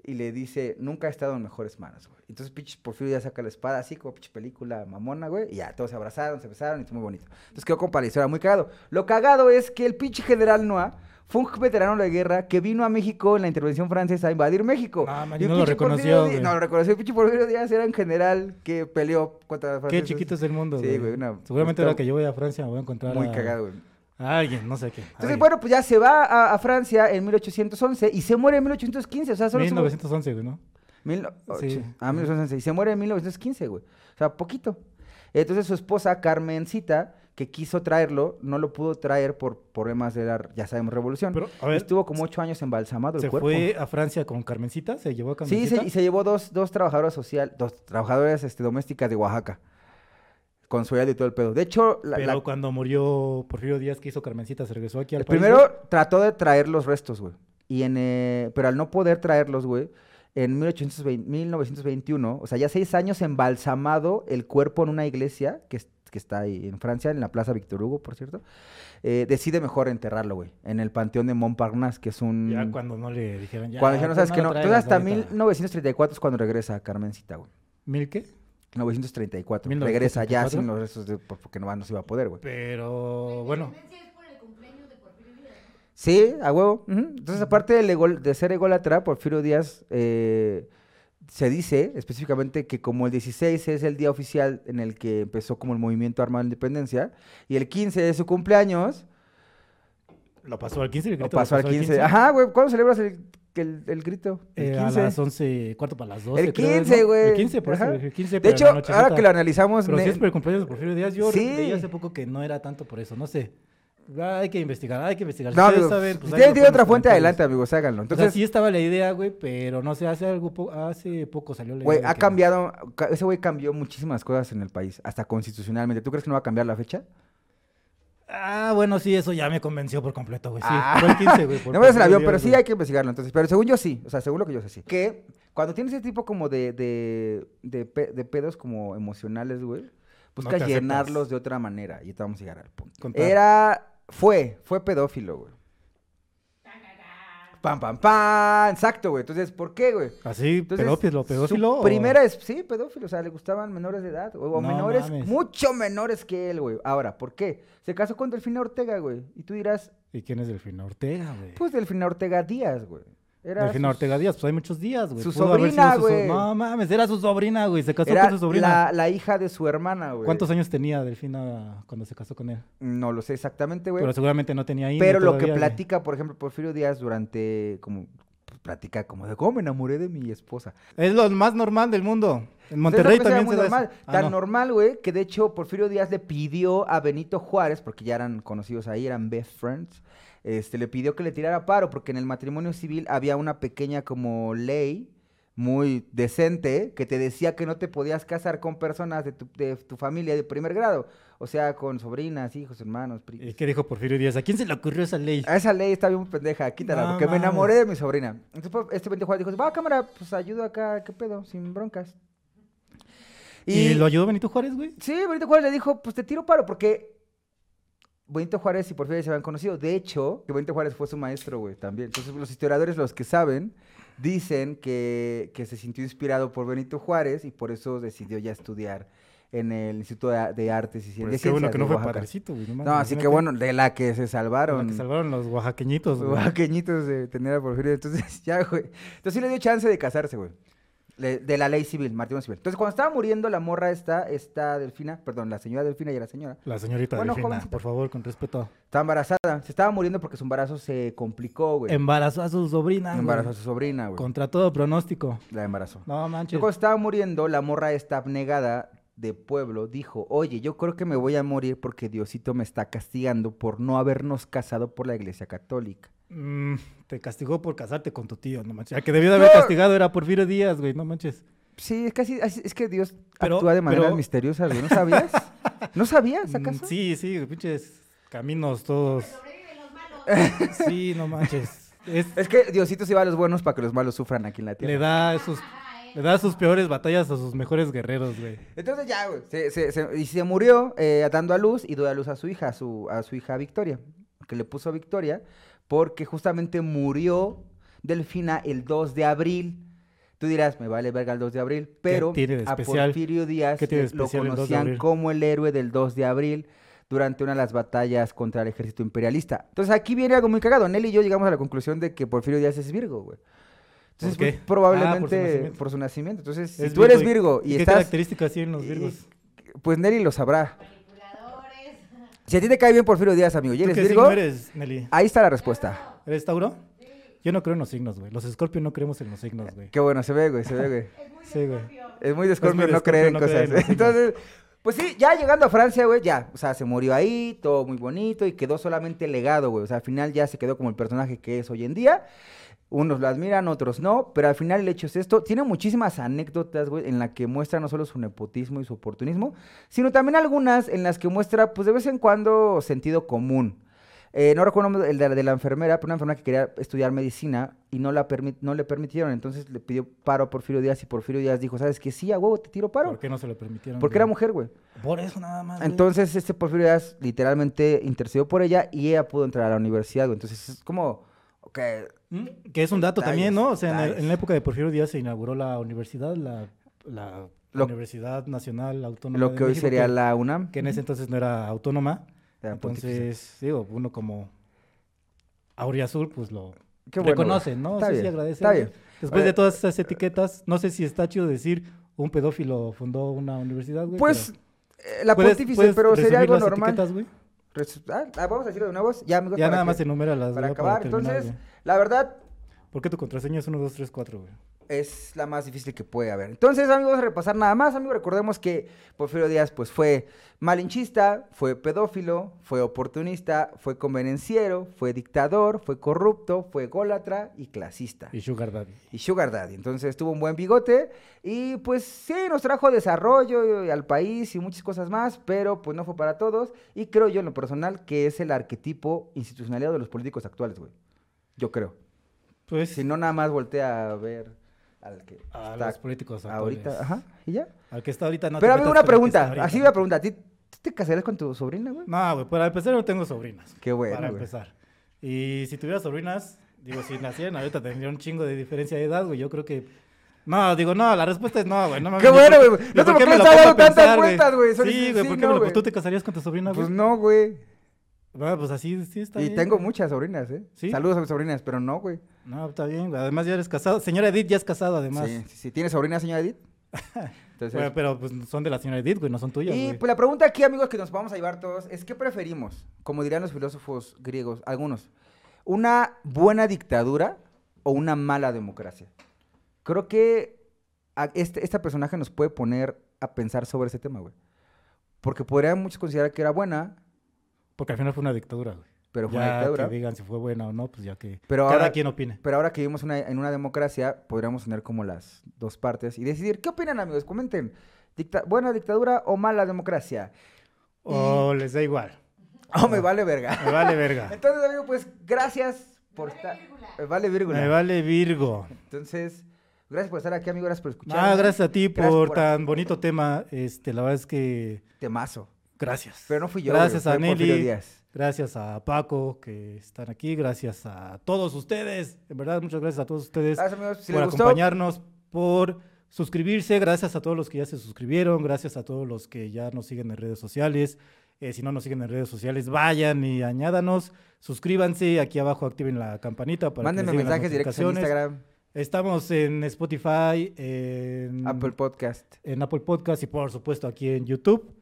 S2: y le dice, nunca he estado en mejores manos, güey. Entonces, pinche Porfirio Díaz saca la espada, así como pinche película mamona, güey. Y ya, todos se abrazaron, se besaron, y fue muy bonito. Entonces quedó con París, era muy cagado. Lo cagado es que el pinche General Noa fue un veterano de guerra que vino a México en la intervención francesa a invadir México.
S1: No, man,
S2: Y
S1: y
S2: el
S1: no lo
S2: pinche Porfirio
S1: reconoció,
S2: Díaz-
S1: güey.
S2: No lo reconoció. El pinche Porfirio Díaz era un general que peleó contra los
S1: Qué
S2: franceses.
S1: chiquito es el mundo,
S2: Sí,
S1: güey.
S2: güey, una-
S1: Seguramente
S2: está
S1: ahora que yo voy a Francia me voy a encontrar
S2: Muy
S1: a,
S2: cagado, güey.
S1: a alguien, no sé qué.
S2: Entonces, bueno, pues ya se va a, a Francia en 1811 y se muere en 1815. O sea, solo. se murió-
S1: 1911, güey, ¿no?
S2: Mil no- oh,
S1: Sí.
S2: chi- ah, 1911. Y se muere en 1915, güey. O sea, poquito. Entonces su esposa, Carmencita, que quiso traerlo, no lo pudo traer por problemas de la, ya sabemos, revolución.
S1: Pero, a
S2: Y
S1: ver,
S2: Estuvo como ocho años embalsamado el
S1: se
S2: cuerpo.
S1: fue a Francia con Carmencita, se llevó a
S2: Sí,
S1: Carmencita.
S2: se, y se llevó dos, dos trabajadoras social, dos trabajadoras este, domésticas de Oaxaca. Con su edad y todo el pedo. De hecho, la-
S1: pero
S2: la-
S1: cuando murió Porfirio Díaz, que hizo Carmencita, se regresó aquí al país.
S2: primero trató de traer los restos, güey. Y en, eh, pero al no poder traerlos, güey, en 1820 1921, o sea, ya seis años embalsamado el cuerpo en una iglesia que, es- que está ahí en Francia, en la Plaza Víctor Hugo, por cierto, eh, decide mejor enterrarlo, güey, en el Panteón de Montparnasse, que es un...
S1: Ya cuando no le dijeron ya. pues,
S2: mm, cuando ya no sabes que
S1: lo
S2: no. Entonces
S1: traigas
S2: hasta
S1: ahorita.
S2: 1934 es cuando regresa Carmencita, güey.
S1: ¿Mil qué?
S2: 934. Regresa ya
S1: 1934.
S2: sin los restos de, por- porque no, va- no se iba a poder, güey.
S1: Pero bueno,
S3: es por el cumpleaños de Porfirio Díaz.
S2: Sí, a huevo. ujú. Entonces, aparte del egol- de ser ególatra, Porfirio Díaz eh, se dice específicamente que como el 16 es el día oficial en el que empezó como el movimiento armado de independencia, y el 15 es su cumpleaños,
S1: lo pasó al 15. el
S2: lo
S1: grito lo
S2: pasó al 15. Ajá, güey, ¿cuándo celebras el, el- el grito? El
S1: Eh, a las 11, cuarto para las 12.
S2: El
S1: creo, ¿no?
S2: 15, güey.
S1: El 15, por
S2: Ajá.
S1: eso. El 15,
S2: de
S1: pero en
S2: hecho,
S1: la
S2: ahora que lo
S1: nochecita.
S2: analizamos,
S1: Pero si
S2: ne-
S1: es por el cumpleaños de Porfirio Díaz, yo
S2: Sí.
S1: leí hace poco que no era tanto por eso, no sé. Ah, Hay que investigar, hay que investigar. Si
S2: no,
S1: ustedes
S2: amigo,
S1: saben,
S2: si
S1: pues, ahí
S2: tienen
S1: lo
S2: tienen
S1: ponen en
S2: otra
S1: los
S2: fuente,
S1: comentarios.
S2: adelante, amigos, háganlo.
S1: O sea,
S2: Entonces,
S1: sí estaba la idea, güey, pero no sé, hace algo po- hace poco salió la
S2: Güey,
S1: idea de
S2: ha
S1: que-
S2: cambiado, ca- ese güey cambió muchísimas cosas en el país, hasta constitucionalmente. ¿Tú crees que no va a cambiar la fecha?
S1: Ah, bueno, sí, eso ya me convenció por completo, güey. Sí,
S2: Ah.
S1: fue el 15, güey. por
S2: No me des el
S1: Porfirio
S2: avión,
S1: Díaz,
S2: pero sí
S1: güey.
S2: hay que investigarlo. Entonces, pero según yo sí, o sea, según lo que yo sé sí. Que cuando tienes ese tipo como de, de, de, pe- de pedos como emocionales, güey, buscas
S1: te aceptas.
S2: llenarlos de otra manera. Y te vamos a llegar al punto.
S1: Contar.
S2: Era, fue, fue pedófilo, güey. Pam, pam, pam. Exacto, güey. Entonces, ¿por qué, güey?
S1: Así,
S2: Entonces,
S1: pedófilo,
S2: su
S1: pedófilo. o-
S2: Primera es, sí, pedófilo, o sea, le gustaban menores de edad, o, o
S1: No
S2: menores,
S1: mames.
S2: mucho menores que él, güey. Ahora, ¿por qué? Se casó con Delfina Ortega, güey. Y tú dirás,
S1: ¿Y quién es Delfina Ortega, güey?
S2: pues Delfina Ortega Díaz, güey. Era
S1: Delfina
S2: su-
S1: Ortega Díaz, pues hay muchos días, güey.
S2: Su
S1: Pudo haber
S2: sobrina,
S1: sido su so-
S2: güey.
S1: No mames, era su sobrina, güey. Se casó
S2: pues, Era
S1: con su sobrina.
S2: La, la hija de su hermana, güey.
S1: ¿Cuántos años tenía Delfina cuando se casó con él?
S2: No lo sé exactamente, güey.
S1: Pero seguramente no tenía INE
S2: Pero lo que
S1: todavía, güey.
S2: platica, por ejemplo, Porfirio Díaz durante, como, pues, platica como de cómo me enamoré de mi esposa.
S1: Es lo más normal del mundo. En
S2: Entonces,
S1: Monterrey
S2: esa cosa era
S1: también
S2: muy
S1: se da eso.
S2: normal.
S1: Ah,
S2: Tan
S1: no.
S2: normal, güey, que de hecho Porfirio Díaz le pidió a Benito Juárez, porque ya eran conocidos ahí, eran best friends, este, le pidió que le tirara paro, porque en el matrimonio civil había una pequeña como ley muy decente que te decía que no te podías casar con personas de tu, de tu familia de primer grado, o sea, con sobrinas, hijos, hermanos, pri-
S1: ¿Y qué dijo Porfirio Díaz? ¿A quién se le ocurrió esa ley?
S2: a Esa ley está bien pendeja, quítala,
S1: No
S2: porque
S1: mames.
S2: me enamoré de mi sobrina. Entonces pues, este Benito Juárez dijo, va cámara, pues ayudo acá, qué pedo, sin broncas.
S1: ¿Y lo ayudó Benito Juárez, güey?
S2: Sí, Benito Juárez le dijo, pues te tiro paro, porque Benito Juárez y Porfirio se habían conocido. De hecho, que Benito Juárez fue su maestro, güey, también. Entonces, los historiadores, los que saben, dicen que, que se sintió inspirado por Benito Juárez y por eso decidió ya estudiar en el Instituto de, A- de Artes y Cien- de
S1: Pues
S2: Ciencias.
S1: qué bueno que
S2: de
S1: no fue
S2: Oaxaca.
S1: padrecito, güey.
S2: No, así que
S1: imagínate.
S2: bueno, de la que se
S1: Con
S2: salvaron.
S1: la que salvaron los oaxaqueñitos, güey.
S2: Oaxaqueñitos de tener a Porfirio. Entonces, ya, güey. Entonces sí le dio chance de casarse, güey. Le- de la ley civil, Martín Civil. Entonces, cuando estaba muriendo la morra esta, esta Delfina, perdón, la señora Delfina y la señora,
S1: La señorita
S2: Bueno,
S1: Delfina,
S2: jovencita.
S1: por favor, con respeto.
S2: estaba embarazada. Se estaba muriendo porque su embarazo se complicó, güey.
S1: Embarazó a su sobrina, güey.
S2: embarazó a su sobrina, güey.
S1: Contra todo pronóstico.
S2: La embarazó.
S1: No
S2: Yo
S1: manches.
S2: cuando estaba muriendo, la morra esta abnegada de pueblo dijo, oye, yo creo que me voy a morir porque Diosito me está castigando por no habernos casado por la iglesia católica.
S1: Mm, te castigó por casarte con tu tío, no manches. Al que debió de haber
S2: Yo-
S1: castigado era Porfirio Díaz, güey, no manches.
S2: Sí, es que, así- así- es que Dios
S1: Pero-
S2: actúa de maneras
S1: pero-
S2: misteriosas, güey. ¿No sabías? ¿No sabías
S1: Mm,
S2: acaso?
S1: Sí, sí, pinches caminos todos.
S3: Sobreviven los malos.
S1: Sí, no manches. Es-
S2: Es que Diosito se va a los buenos para que los malos sufran aquí en la
S1: le
S2: tierra.
S1: da sus le da sus peores batallas a sus mejores guerreros, güey.
S2: Entonces ya, güey. Se, se- se- y se murió eh, dando a luz y dio a luz a su hija, a su, a su hija Victoria. Que le puso Victoria porque justamente murió Delfina el 2 de abril. Tú dirás, me vale verga el 2 de abril, pero
S1: tiene de
S2: a
S1: especial?
S2: Porfirio Díaz
S1: ¿Qué tiene de
S2: eh, lo
S1: especial el 2 de
S2: conocían
S1: abril?
S2: como el héroe del 2 de abril durante una de las batallas contra el ejército imperialista. Entonces aquí viene algo muy cagado. Nelly y yo llegamos a la conclusión de que Porfirio Díaz es Virgo, güey. Entonces,
S1: qué?
S2: pues,
S1: Ah, por su
S2: probablemente
S1: nacimiento.
S2: por su nacimiento. Entonces, si
S1: Es
S2: tú eres
S1: y-
S2: Virgo y,
S1: ¿Qué
S2: estás
S1: características tienen los
S2: y-
S1: virgos?
S2: pues Nelly lo sabrá.
S3: Manipuladores.
S2: Si a ti te cae bien Porfirio Díaz, amigo, y
S1: ¿Tú
S2: eres
S1: qué
S2: Virgo,
S1: signo eres, Nelly?
S2: ahí está la respuesta.
S1: ¿Eres Tauro? Yo no creo en los signos, güey. Los escorpios no creemos en los signos, güey.
S2: Qué bueno, se ve, güey, se ve, güey.
S3: Es muy
S1: Sí, güey.
S3: desconfío.
S2: Es muy de
S1: Es muy
S2: Scorpio
S1: de
S2: no creer en
S1: Scorpio no creer
S2: cosas.
S1: en los signos.
S2: Entonces, pues sí, ya llegando a Francia, güey, ya, o sea, se murió ahí, todo muy bonito y quedó solamente legado, güey. O sea, al final ya se quedó como el personaje que es hoy en día. Unos lo admiran, otros no, pero al final el hecho es esto. Tiene muchísimas anécdotas, güey, en la que muestra no solo su nepotismo y su oportunismo, sino también algunas en las que muestra, pues de vez en cuando, sentido común. Eh, no recuerdo el nombre del de, la- de la enfermera, pero una enfermera que quería estudiar medicina y no, la permi- no le permitieron. Entonces le pidió paro a Porfirio Díaz y Porfirio Díaz dijo, ¿sabes qué? Sí, a huevo, te tiro paro.
S1: ¿Por qué no se lo permitieron?
S2: Porque era
S1: güey?
S2: mujer, güey.
S1: Por eso nada más. güey.
S2: Entonces este Porfirio Díaz literalmente intercedió por ella y ella pudo entrar a la universidad, güey. Entonces es como, ok,
S1: Mm, Que es un dato también,
S2: Detalles,
S1: ¿no? O sea, en, el-
S2: detalles.
S1: en la época de Porfirio Díaz se inauguró la universidad, la, la
S2: Lo-
S1: Universidad Nacional Autónoma.
S2: lo
S1: de
S2: que hoy
S1: México,
S2: sería la UNAM. pues,
S1: Que en ese entonces no era autónoma.
S2: era pontificia.
S1: entonces, digo, uno como Auriazul, pues lo
S2: Qué bueno, güey.
S1: reconocen, ¿no?
S2: Está
S1: sí, sí
S2: bien,
S1: agradece,
S2: está
S1: güey.
S2: bien.
S1: Después
S2: Oye.
S1: de todas esas etiquetas, no sé si está chido decir un pedófilo fundó una universidad, güey.
S2: Pues
S1: pero-
S2: eh, la
S1: ¿Puedes-
S2: pontífice,
S1: puedes
S2: pero
S1: resumir
S2: sería algo
S1: las
S2: normal.
S1: etiquetas, güey?
S2: Resu- ah, ah, vamos a decirlo de nuevo. Ya, amigos,
S1: Ya
S2: para
S1: nada
S2: que-
S1: más enumera las
S2: para
S1: güey,
S2: acabar.
S1: terminar,
S2: Entonces,
S1: güey.
S2: la verdad
S1: ¿Por qué tu contraseña es 1, 2, 3, 4, güey?
S2: es la más difícil que puede haber. Entonces, amigos, vamos a repasar nada más, amigos. Recordemos que Porfirio Díaz, pues, fue malinchista, fue pedófilo, fue oportunista, fue convenenciero, fue dictador, fue corrupto, fue ególatra y clasista.
S1: Y Sugar Daddy.
S2: y Sugar Daddy. Entonces tuvo un buen bigote y pues sí, nos trajo desarrollo y- al país y muchas cosas más, pero pues no fue para todos y creo yo en lo personal que es el arquetipo institucionalizado de los políticos actuales, güey. Yo creo.
S1: Pues,
S2: Si no, nada más voltea a ver al que
S1: a
S2: está
S1: los políticos
S2: ahorita.
S1: actuales.
S2: Ajá, y ya.
S1: Al que está ahorita no te
S2: pero a ver,
S1: metas
S2: una
S1: con el que está
S2: pregunta,
S1: ahorita,
S2: así
S1: ¿no?
S2: una pregunta. ¿A ti tú te casarías con tu sobrina, güey?
S1: No, güey, para empezar yo no tengo sobrinas.
S2: Qué bueno,
S1: Para
S2: güey.
S1: empezar. Y si tuviera sobrinas, digo, si nacieran ahorita tendría un chingo de diferencia de edad, güey. Yo creo que... No, digo, no, la respuesta es no, güey. No, mames,
S2: Qué
S1: yo
S2: bueno,
S1: por-
S2: güey.
S1: yo
S2: No te
S1: por qué
S2: por qué
S1: me
S2: le
S1: la
S2: has dado
S1: pongo a
S2: tantas
S1: pensar, güey?
S2: vueltas, güey. Solo
S1: Sí,
S2: dices,
S1: güey,
S2: sí,
S1: ¿por qué
S2: no,
S1: me lo-
S2: güey.
S1: ¿Tú te casarías con tu sobrina, güey?
S2: Pues no, güey.
S1: Ah, pues así, sí está
S2: Y
S1: bien.
S2: tengo muchas sobrinas, ¿eh?
S1: ¿Sí?
S2: Saludos a mis sobrinas, pero no, güey.
S1: No, está bien, güey. Además ya eres casado. Señora Edith ya es casada, además.
S2: Sí, sí, sí. ¿Tiene sobrina, señora Edith? Entonces,
S1: Güey, pero pues son de la señora Edith, güey, no son tuyas,
S2: y
S1: güey.
S2: pues la pregunta aquí, amigos, que nos vamos a llevar todos es ¿qué preferimos? Como dirían los filósofos griegos, algunos, ¿una buena dictadura o una mala democracia? Creo que a- este, este personaje nos puede poner a pensar sobre ese tema, güey. Porque podrían muchos considerar que era buena,
S1: Porque al final fue una dictadura, güey.
S2: pero fue
S1: ya
S2: una dictadura.
S1: que digan si fue buena o no, pues ya que
S2: Pero
S1: cada
S2: ahora-
S1: quien opine.
S2: Pero ahora que vivimos una- en una democracia, podríamos tener como las dos partes y decidir, ¿qué opinan, amigos? Comenten. Dicta- ¿Buena dictadura o mala democracia?
S1: O les da igual. Ah.
S2: Oh, me vale verga.
S1: Me vale verga.
S2: Entonces, amigo, pues gracias por
S3: vale
S2: estar.
S3: vírgula.
S2: Eh, Vale, vírgula.
S1: Me vale Virgo.
S2: Entonces, gracias por estar aquí, amigo. Gracias por escuchar.
S1: Ah, gracias a ti
S2: Gracias
S1: por
S2: por-
S1: tan bonito tema. Este, la verdad es que
S2: Temazo.
S1: gracias.
S2: Pero no fui yo.
S1: Gracias
S2: güey,
S1: a
S2: fue Porfirio
S1: Nelly.
S2: Díaz.
S1: Gracias a Paco que están aquí. Gracias a todos ustedes. En verdad, muchas gracias a todos ustedes
S2: Gracias, amigos. Si
S1: por
S2: les gustó,
S1: acompañarnos, por suscribirse. Gracias a todos los que ya se suscribieron. Gracias a todos los que ya nos siguen en redes sociales. Eh, si no nos siguen en redes sociales, vayan y añádanos. Suscríbanse. Aquí abajo activen la campanita para que
S2: mándenme
S1: les lleguen las
S2: mensajes directos en
S1: notificaciones.
S2: Instagram,
S1: Estamos en Spotify, en
S2: Apple Podcast.
S1: en Apple Podcast y por supuesto aquí en YouTube.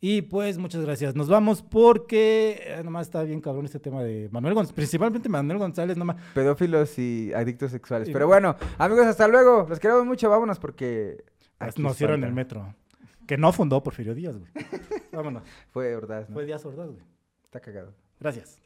S1: Y pues muchas gracias. Nos vamos porque eh, nomás está bien cabrón este tema de Manuel González, principalmente Manuel González, nomás.
S2: Pedófilos y adictos sexuales.
S1: Y-
S2: Pero bueno, amigos, hasta luego. Los queremos mucho. Vámonos porque. aquí
S1: Pues Nos cierran
S2: espanta.
S1: el metro. Que no fundó Porfirio Díaz, güey. Vámonos.
S2: Fue Ordaz, ¿no?
S1: Fue Díaz Ordaz, güey.
S2: Está cagado.
S1: Gracias.